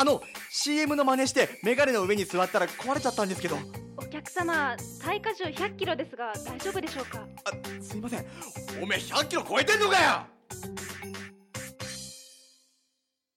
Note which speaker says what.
Speaker 1: あの CM の真似してメガネの上に座ったら壊れちゃったんですけど
Speaker 2: お客様耐荷重100キロですが大丈夫でしょうか
Speaker 1: すいませんおめえ100キロ超えてんのかよ